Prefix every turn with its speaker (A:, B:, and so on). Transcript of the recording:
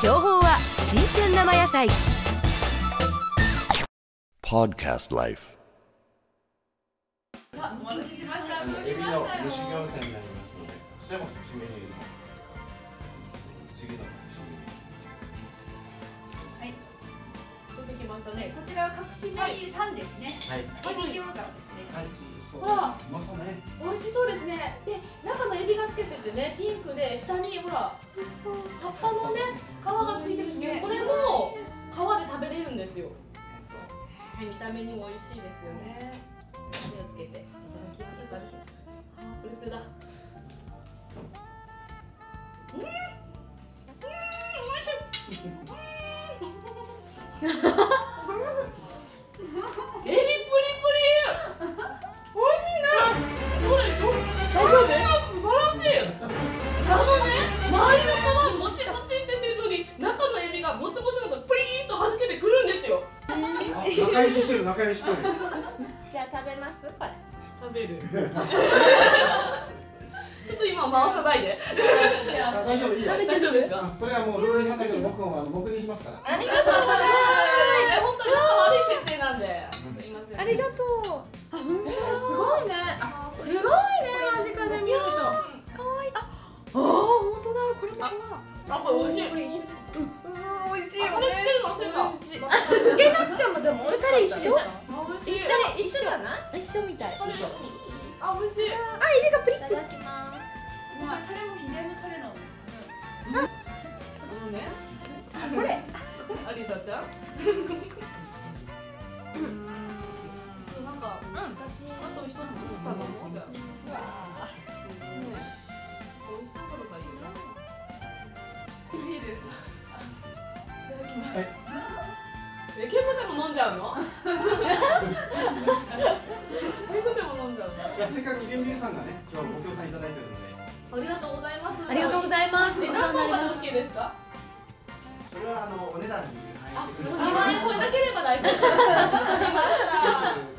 A: 情報は新鮮生野菜
B: Podcast Life.
C: 蒸し餃子になりますので、それも締めに入れます。次の締めに。
D: はい。出てきましたね。こちらは隠しメニュー三ですね。
C: はい。
D: エビ餃子ですね。
C: はい。そう。
E: ほら
C: うまそうね。
E: 美味しそうですねで中のエビがつけててねピンクで下にほら葉っぱのね皮がついてるんですけどこれも皮で食べれるんですよね見た目にも美味しいですよね目をつけていただきましょうかあプルプルだうんうん美味しいうんエビプリプリ美味しいねそうでしょ大丈夫素晴らしいあのね周りの皮もちもちってしてるのに中のエビがもちもちなのとプリーンと弾けてくるんですよ
C: あ仲良ししてる、仲良ししてる。
D: じゃあ食べますこれ。
E: 食 べるちょっと今回さないで
C: あ大丈夫、いいよ。
E: 大丈夫ですか
C: これはもうルール違反だけど、僕はあの、僕にしますから。
D: ありがとうござい
E: 本当に悪い設定なんですいません
F: ありがとう。あ、本当だすごいね。あすごいね、間近で見ると。可愛いい。あ、あー、本当だ、これもかわ
E: あこれ美味しい
F: いい。うん、美味しい
E: あこれつけるのせた
F: つけなくても、でも、二人一緒。
E: 美味しい
D: ます。一緒じゃない？
F: 一緒みたい。
C: よいしょ。
E: あ美味しい
F: あ、指がプリッ
D: いただきます。まあタレも左のタレなんですね。
E: あのね
D: これ。
E: ありさちゃんうんなんか
D: うん。
E: あと一つずつかなもうじゃあね美味しそうだからいいな
D: ビール。
E: え、けいこちゃんも飲んじゃうの。けいこちゃんも飲んじゃうの。
C: いや、せっかく源平さんがね、今日ご協賛いただいてるので。
E: ありがとうございます。
F: ありがとうご
E: い
F: ざいます。お世話
E: 何
F: になり
E: 本
F: ま
E: が OK ですか。
C: それはあの、お値段に反映してくれ
E: 二
C: る。
E: 万円超えなければ大丈夫。わかりました。